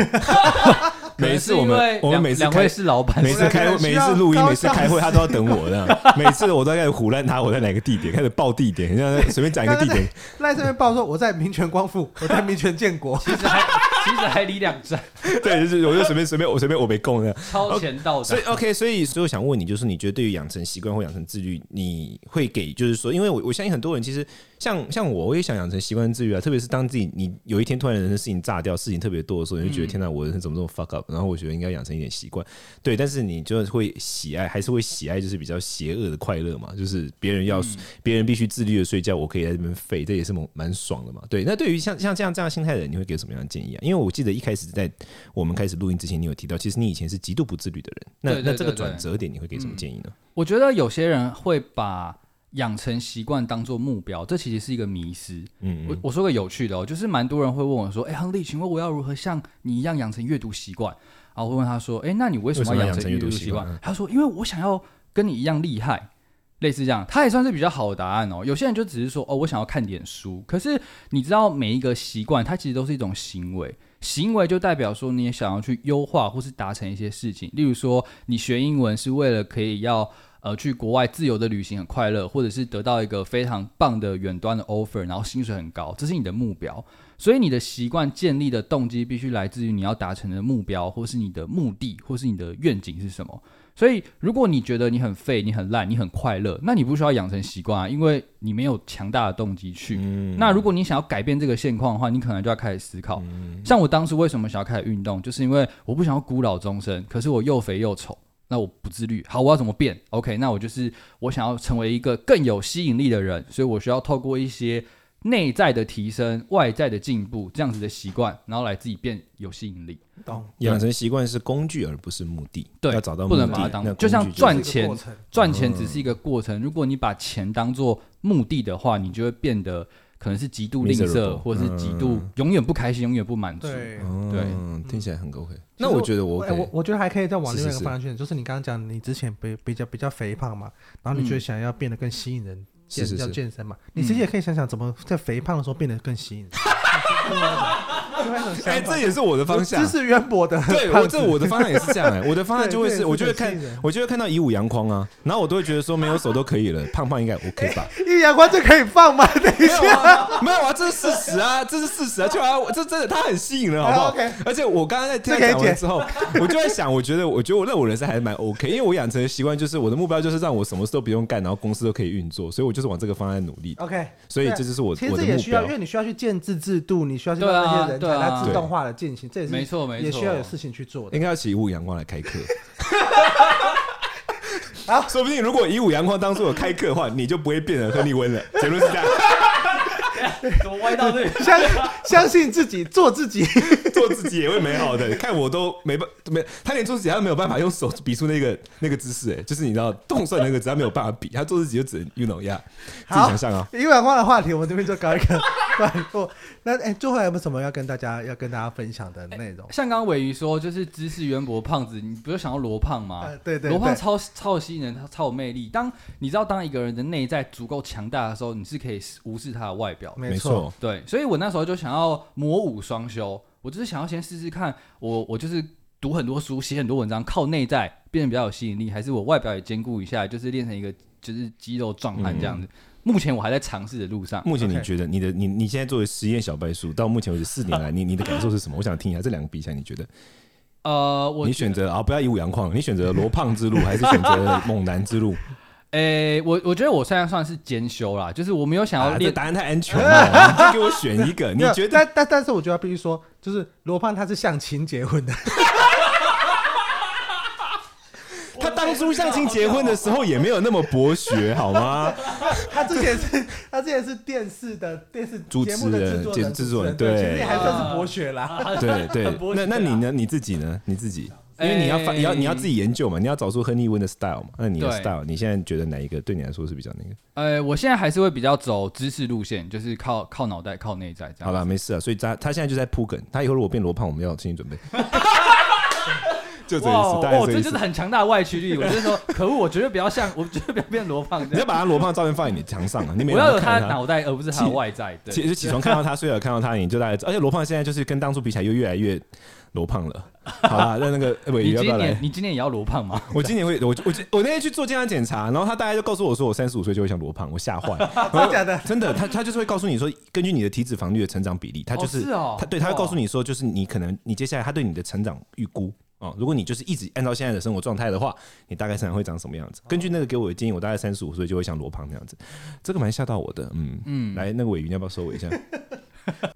Speaker 2: 每次我
Speaker 3: 可
Speaker 2: 们
Speaker 3: 能是因为
Speaker 2: 我们
Speaker 3: 两
Speaker 2: 每次
Speaker 3: 两位
Speaker 2: 开
Speaker 3: 是老板，，
Speaker 2: 每次开
Speaker 1: 我
Speaker 2: 会
Speaker 1: 们
Speaker 2: 每
Speaker 1: 需
Speaker 2: 次
Speaker 1: 要
Speaker 2: 录音
Speaker 1: 高
Speaker 2: 每次开会他都要等我这样， (laughs) 每次我都在胡乱他我在哪个地点开始报地点，像在随便讲一个地点，
Speaker 1: 赖这边报说我在民权光复，我在民权建国
Speaker 3: 其实还其实还离两站，
Speaker 2: 对，就是我就随便随便我随便我没空这样。 (laughs)
Speaker 3: 超前到达
Speaker 2: 所以。OK，所以所以我想问你，就是你觉得对于养成习惯或养成自律，你会给就是说，因为我我相信很多人其实像像我，我也想养成习惯自律啊，特别是当自己你有一天突然人生事情炸掉，事情特别多的时候，你就觉得、
Speaker 3: 嗯
Speaker 2: 天哪，我人生怎么这么 fuck up？然后我觉得应该养成一点习惯，对，但是你就会喜爱，还是会喜爱就是比较邪恶的快乐嘛，就是别人要
Speaker 3: 嗯
Speaker 2: 别、人必须自律的睡觉，我可以在这边废，这也是蛮蛮爽的嘛。对，那对于像像这样这样心态的人，你会给什么样的建议啊？因为我记得一开始在我们开始录音之前，你有提到，其实你以前是极度不自律的人，那
Speaker 3: 对对
Speaker 2: 那这个
Speaker 3: 对对嗯
Speaker 2: 转折点，你会给什么建议呢？
Speaker 3: 我觉得有些人会把养成习惯当做目标，这其实是一个迷失。
Speaker 2: 嗯
Speaker 3: 我我说个有趣的哦，就是蛮多人会问我说：“哎、亨利，请问我要如何像你一样养成阅读习惯？”然后我会问他说：“哎、那你为什么
Speaker 2: 为什么
Speaker 3: 要
Speaker 2: 要
Speaker 3: 养成阅读习
Speaker 2: 养成阅读习惯
Speaker 3: 惯？”他说：“因为我想要跟你一样厉害。”类似这样，他也算是比较好的答案哦。有些人就只是说：“哦，我想要看点书。”可是你知道，每一个习惯它其实都是一种行为，行为就代表说你也想要去优化或是达成一些事情。例如说，你学英文是为了可以要呃去国外自由的旅行很快乐，或者是得到一个非常棒的远端的 offer，然后薪水很高，这是你的目标。所以你的习惯建立的动机必须来自于你要达成的目标，或是你的目的，或是你的愿景是什么。所以，如果你觉得你很废、你很烂、你很快乐，那你不需要养成习惯啊，因为你没有强大的动机去。
Speaker 2: 嗯
Speaker 3: 那如果你想要改变这个现况的话，你可能就要开始思考。像我当时为什么想要开始运动，就是因为我不想要孤老终生，可是我又肥又丑，那我不自律。好，我要怎么变？OK，那我就是我想要成为一个更有吸引力的人，所以我需要透过一些内在的提升、外在的进步这样子的习惯，然后来自己变有吸引力。
Speaker 1: (laughs) 懂？
Speaker 2: 养成习惯是工具而不是目的，
Speaker 3: 对
Speaker 2: 要找到
Speaker 3: 不能
Speaker 2: 目的
Speaker 3: 把它当
Speaker 2: 那
Speaker 3: 就像
Speaker 2: 工具
Speaker 3: 赚
Speaker 1: 这个过
Speaker 3: 钱
Speaker 1: 程
Speaker 3: 赚钱只是一个过程，如果你把钱当做目的的话，你就会变得可能是极度吝
Speaker 2: Miserable，
Speaker 3: 啬，或者是极度
Speaker 2: 嗯
Speaker 3: 永远不开心、永远不满足。
Speaker 1: 对。
Speaker 3: 对
Speaker 2: 嗯，听起来很 OK。那
Speaker 1: 其实
Speaker 2: 我觉得我
Speaker 1: 哎我
Speaker 2: 哦 OK，
Speaker 1: 我觉得还可以再往
Speaker 2: 是
Speaker 1: 另外一个
Speaker 2: 是是
Speaker 1: 方向去，就是你刚刚讲，你之前比比较比较肥胖嘛，然后你就
Speaker 3: 嗯
Speaker 1: 想要变得更吸引人，
Speaker 2: 是
Speaker 1: 健
Speaker 2: 是嗯
Speaker 1: 要
Speaker 2: 是，
Speaker 1: 健身嘛，你其实也可以想想怎么在肥胖的时候变得更吸引 (laughs) 人。另外一种
Speaker 2: 哎，
Speaker 1: 想法
Speaker 2: 这也是我的方向
Speaker 1: 知。识渊博 (laughs) 的
Speaker 2: 对，
Speaker 1: 胖
Speaker 2: 我这
Speaker 1: 子
Speaker 2: 我的方案也是这样哎、我的方案
Speaker 1: 对
Speaker 2: 就会
Speaker 1: 这也
Speaker 2: 是，
Speaker 1: 是
Speaker 2: 我就会
Speaker 1: 很
Speaker 2: 看
Speaker 1: 吸引人，
Speaker 2: 我就会看到以武阳光啊，然后我都会觉得说没有手都可以了，胖胖应该 OK
Speaker 1: (laughs)
Speaker 2: 吧？
Speaker 1: 一阳光就可以放
Speaker 2: (laughs)
Speaker 1: 吗？等一
Speaker 2: 没有
Speaker 1: 下，
Speaker 2: 啊，没有啊，这是事实啊，这是事实啊，就啊，我这真的他很吸引人，好不
Speaker 1: 啊
Speaker 2: 好
Speaker 1: ，OK？
Speaker 2: 而且我刚刚在听他
Speaker 1: 这可以
Speaker 2: 讲完
Speaker 1: 剪 (laughs)
Speaker 2: 之后，我就在想，我觉得，我觉得我那我人生还是蛮 OK，因为我养成的习惯就是我的目标就是让我什么事都不用干，然后公司都可以运作，所以我就是往这个方向努力，
Speaker 1: OK，
Speaker 2: 所以这就是我
Speaker 1: 其实
Speaker 2: 我的
Speaker 1: 这也
Speaker 2: 目
Speaker 1: 需要，因
Speaker 2: 标。
Speaker 1: 为你需要去建制制度，你需要去
Speaker 3: 对
Speaker 1: 让
Speaker 3: 啊
Speaker 1: 那些人
Speaker 3: 对
Speaker 1: 才
Speaker 3: 对啊
Speaker 1: 它自动化的进行，这也
Speaker 3: 没
Speaker 1: 是
Speaker 3: 错没错，
Speaker 1: 也需要有事情去做的
Speaker 2: 应。该要请五阳光来开
Speaker 1: (laughs)
Speaker 2: 课。啊，说不定如果以五阳光当做我开课的话，你就不会变成亨利
Speaker 1: (laughs)
Speaker 2: 温了。结论是这样，
Speaker 3: 怎么歪到这里？
Speaker 1: 相 (laughs) 相信自己， (laughs) 做自己。
Speaker 2: 做自己也会美好的。看我都没办没，他连做自己他都没有办法用手比出那个那个姿势，哎，就是你知道动算那个，只他没有办法比，他做自己就只能 you know yeah，自己
Speaker 1: 好
Speaker 2: 想象啊。
Speaker 1: 一碗光的话题，我们这边就搞一个段落。那哎，最后还有没有什么要跟大家要跟大家分享的内容？
Speaker 3: 像刚刚尾鱼说，就是知识渊博胖子，你不就想要罗胖吗？
Speaker 1: 呃对对
Speaker 3: 罗胖
Speaker 1: 对
Speaker 3: 超超有吸引人，他超有魅力。当你知道，当一个人的内在足够强大的时候，你是可以无视他的外
Speaker 2: 哎
Speaker 3: 表的。
Speaker 1: 没错，，
Speaker 3: 对，所以我那时候就想要魔武双修，我就是想要先试试看，我我就是读很多书，写很多文章，靠内在变得比较有吸引力，还是我外表也兼顾一下，就是练成一个就是肌肉壮
Speaker 1: 嗯
Speaker 3: 汉这样子。目前我还在尝试的路上。
Speaker 2: 目前你
Speaker 1: OK
Speaker 2: 觉得你的你你现在作为实验小白鼠，到目前为止四
Speaker 1: (laughs)
Speaker 2: 年来，你你的感受是什么？我想听一下这两个比起来，你觉得
Speaker 3: 呃，我
Speaker 2: 你选择啊，不要以武扬况，你选择罗胖
Speaker 1: (laughs)
Speaker 2: 之路，还是选择猛男之路？
Speaker 3: 诶、我我觉得我现在算是兼修啦，就是我没有想要
Speaker 2: 啊，这
Speaker 3: 练
Speaker 2: 答案太安全
Speaker 3: (laughs)
Speaker 2: 了，哦你就给我选一个，你
Speaker 1: 没有
Speaker 2: 觉得
Speaker 1: 但但但是，我觉得必须说，就是罗胖他是相亲结婚的，
Speaker 2: 他当初相亲结婚的时候也没有那么博学，好
Speaker 3: (laughs)
Speaker 2: 吗？
Speaker 1: 他之前
Speaker 2: (laughs)
Speaker 1: 是他之前是电视的电视
Speaker 2: 主
Speaker 1: 节目的
Speaker 2: 持人
Speaker 1: 制作
Speaker 2: 电
Speaker 1: 人、
Speaker 2: 制作人
Speaker 1: 对，
Speaker 2: 对
Speaker 1: 其实也还算是博学
Speaker 3: 啊
Speaker 1: 啦。
Speaker 2: 对对
Speaker 4: 很博，学
Speaker 2: 那
Speaker 4: 啊
Speaker 2: 那你呢？你自己呢？你自己，因为你要发，
Speaker 3: 哎
Speaker 2: 你要你要自己研究嘛，你要找出亨利温的 style 嘛。那你的
Speaker 3: 对
Speaker 2: style，你现在觉得哪一个对你来说是比较那个？
Speaker 3: 呃，我现在还是会比较走知识路线，就是靠靠脑袋、靠内在这
Speaker 2: 好
Speaker 3: 样。
Speaker 2: 啦，没事啊。所以他他现在就在铺梗，他以后如果变罗胖，我们要有心理准
Speaker 3: (laughs)
Speaker 2: 备。就这
Speaker 3: 哇
Speaker 2: 意思，大概
Speaker 3: 哦，
Speaker 2: 这
Speaker 3: 这
Speaker 2: 意
Speaker 3: 就是
Speaker 2: 思。
Speaker 3: 很强大的外驱力。我就
Speaker 2: (laughs)
Speaker 3: 是说，可恶，我绝对不要像，我绝对不要变罗胖
Speaker 2: 你
Speaker 3: 这
Speaker 2: 要
Speaker 3: 样。
Speaker 2: 把他罗胖照片放在你墙上啊！你每
Speaker 3: 我
Speaker 2: 天
Speaker 3: 要有他
Speaker 2: 看
Speaker 3: 的脑袋，而不是他的外在。
Speaker 2: 其
Speaker 3: 对，
Speaker 2: 实起床看到他，睡了看到他，你就大概知道。而且罗胖现在就是跟当初比起来，又越来越罗胖
Speaker 3: (laughs)
Speaker 2: 了。好啦，那那个呃尾鱼
Speaker 3: 你
Speaker 2: 要不
Speaker 3: 今
Speaker 2: 要来
Speaker 3: 年？你今年也啊要罗胖吗？
Speaker 2: 我今年会，我我我那天去做健康检查，然后他大概就告诉我说，我三十五岁就会想罗胖，我吓坏。真
Speaker 1: 假的？
Speaker 2: 真的，他他就是会告诉你说，根据你的体脂肪率的成长比例，他就
Speaker 3: 哦是哦
Speaker 2: 他对他会
Speaker 3: 哇
Speaker 2: 告诉你说，就是你可能你接下来他对你的成长预估。哦，如果你就是一直按照现在的生活状态的话，你大概成长会长什么样
Speaker 3: 哦
Speaker 2: 子？根据那个给我的建议，我大概三十五岁就会像罗胖那样子，这个蛮吓到我的。嗯嗯，来，那个尾鱼你要不要收尾一下？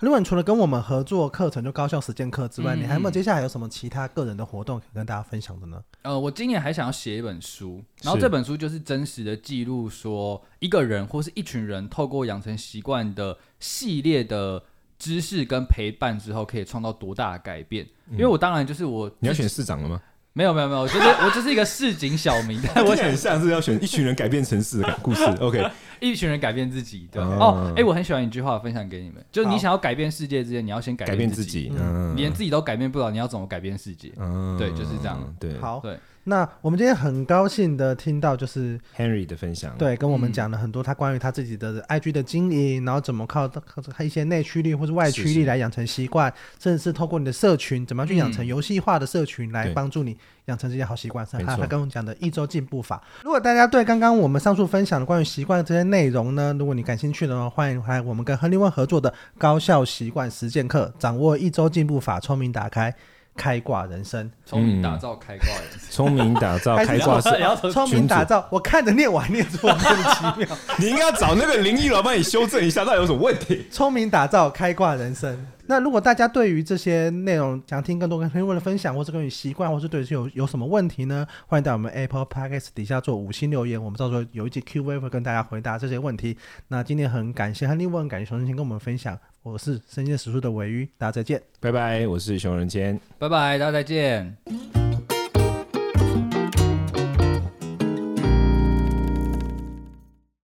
Speaker 1: 如果你除了跟我们合作课程就高效实践课之外，
Speaker 3: 嗯
Speaker 1: 你还有没有接下来有什么其他个人的活动可以跟大家分享的呢？
Speaker 3: 呃，我今年还想要写一本书，然后
Speaker 2: 是
Speaker 3: 这本书就是真实的记录说一个人或是一群人透过养成习惯的系列的知识跟陪伴之后，可以创造多大的改变。因为我当然就是我，
Speaker 2: 嗯你要选市长了 (laughs) 吗？
Speaker 3: 没有没有没有，我就是 (laughs) 我就是一个市井小民，但我
Speaker 2: 听起来很像是要选一群人改变城市的 (laughs) 故事。OK，
Speaker 3: (laughs) 一群人改变自己，对
Speaker 2: 啊
Speaker 3: 哦，哎，我很喜欢一句话分享给你们，就是你
Speaker 1: 好
Speaker 3: 想要改变世界之前，你要先改
Speaker 2: 改变自
Speaker 3: 自
Speaker 2: 己，
Speaker 1: 嗯
Speaker 2: 嗯，
Speaker 3: 连自己都改变不了，你要怎么改变世界？
Speaker 2: 嗯
Speaker 3: 对就是这样。
Speaker 2: 对，
Speaker 1: 好，
Speaker 3: 对，
Speaker 1: 那我们今天很高兴的听到就是
Speaker 2: ，Henry 的分享，，
Speaker 1: 对，跟我们
Speaker 3: 嗯
Speaker 1: 讲了很多他关于他自己的 IG 的经营，然后怎么靠靠靠一些内驱力或是外
Speaker 2: 是
Speaker 1: 驱
Speaker 2: 是
Speaker 1: 力来养成习惯，甚至是透过你的社群怎么样去养成
Speaker 3: 嗯
Speaker 1: 游戏化的社群来
Speaker 2: 对
Speaker 1: 帮助你养成这些好习惯。还
Speaker 2: 没
Speaker 1: 有他
Speaker 2: 错
Speaker 1: 跟我们讲的一周进步法。如果大家对刚刚我们上述分享的关于习惯的这些内容呢，如果你感兴趣的话，欢迎来我们跟亨利问合作的高效习惯实践课，掌握一周进步法，聪明打开开挂人生，
Speaker 3: 从你
Speaker 2: 嗯
Speaker 3: 打造开挂
Speaker 2: (laughs)
Speaker 3: 人生。
Speaker 2: 聪明打
Speaker 1: (laughs)
Speaker 2: 造
Speaker 1: 还是
Speaker 2: 开挂式，
Speaker 3: 聊成
Speaker 1: 聪明
Speaker 2: 群
Speaker 1: 打
Speaker 2: 组
Speaker 1: 造。我看着念，我还念错，莫名其妙。
Speaker 2: 你应该要找那个林一老帮你修正一下，到底有什么问题？
Speaker 1: 聪明打造开挂人生。那如果大家对于这些内容想听更多跟朋友的分享，或是关于习惯，或是对这有有什么问题呢？欢迎到我们 Apple Podcast 底下做五星留言，我们到时候有一集 Q&A 会跟大家回答这些问题。那今天很感谢亨利问，感谢熊仁先跟我们分享，我是深夜时速的尾鱼，大家再见。
Speaker 2: 拜拜，我是熊仁谦。
Speaker 3: 拜拜，大家再见。
Speaker 5: 「あなたの声が好き」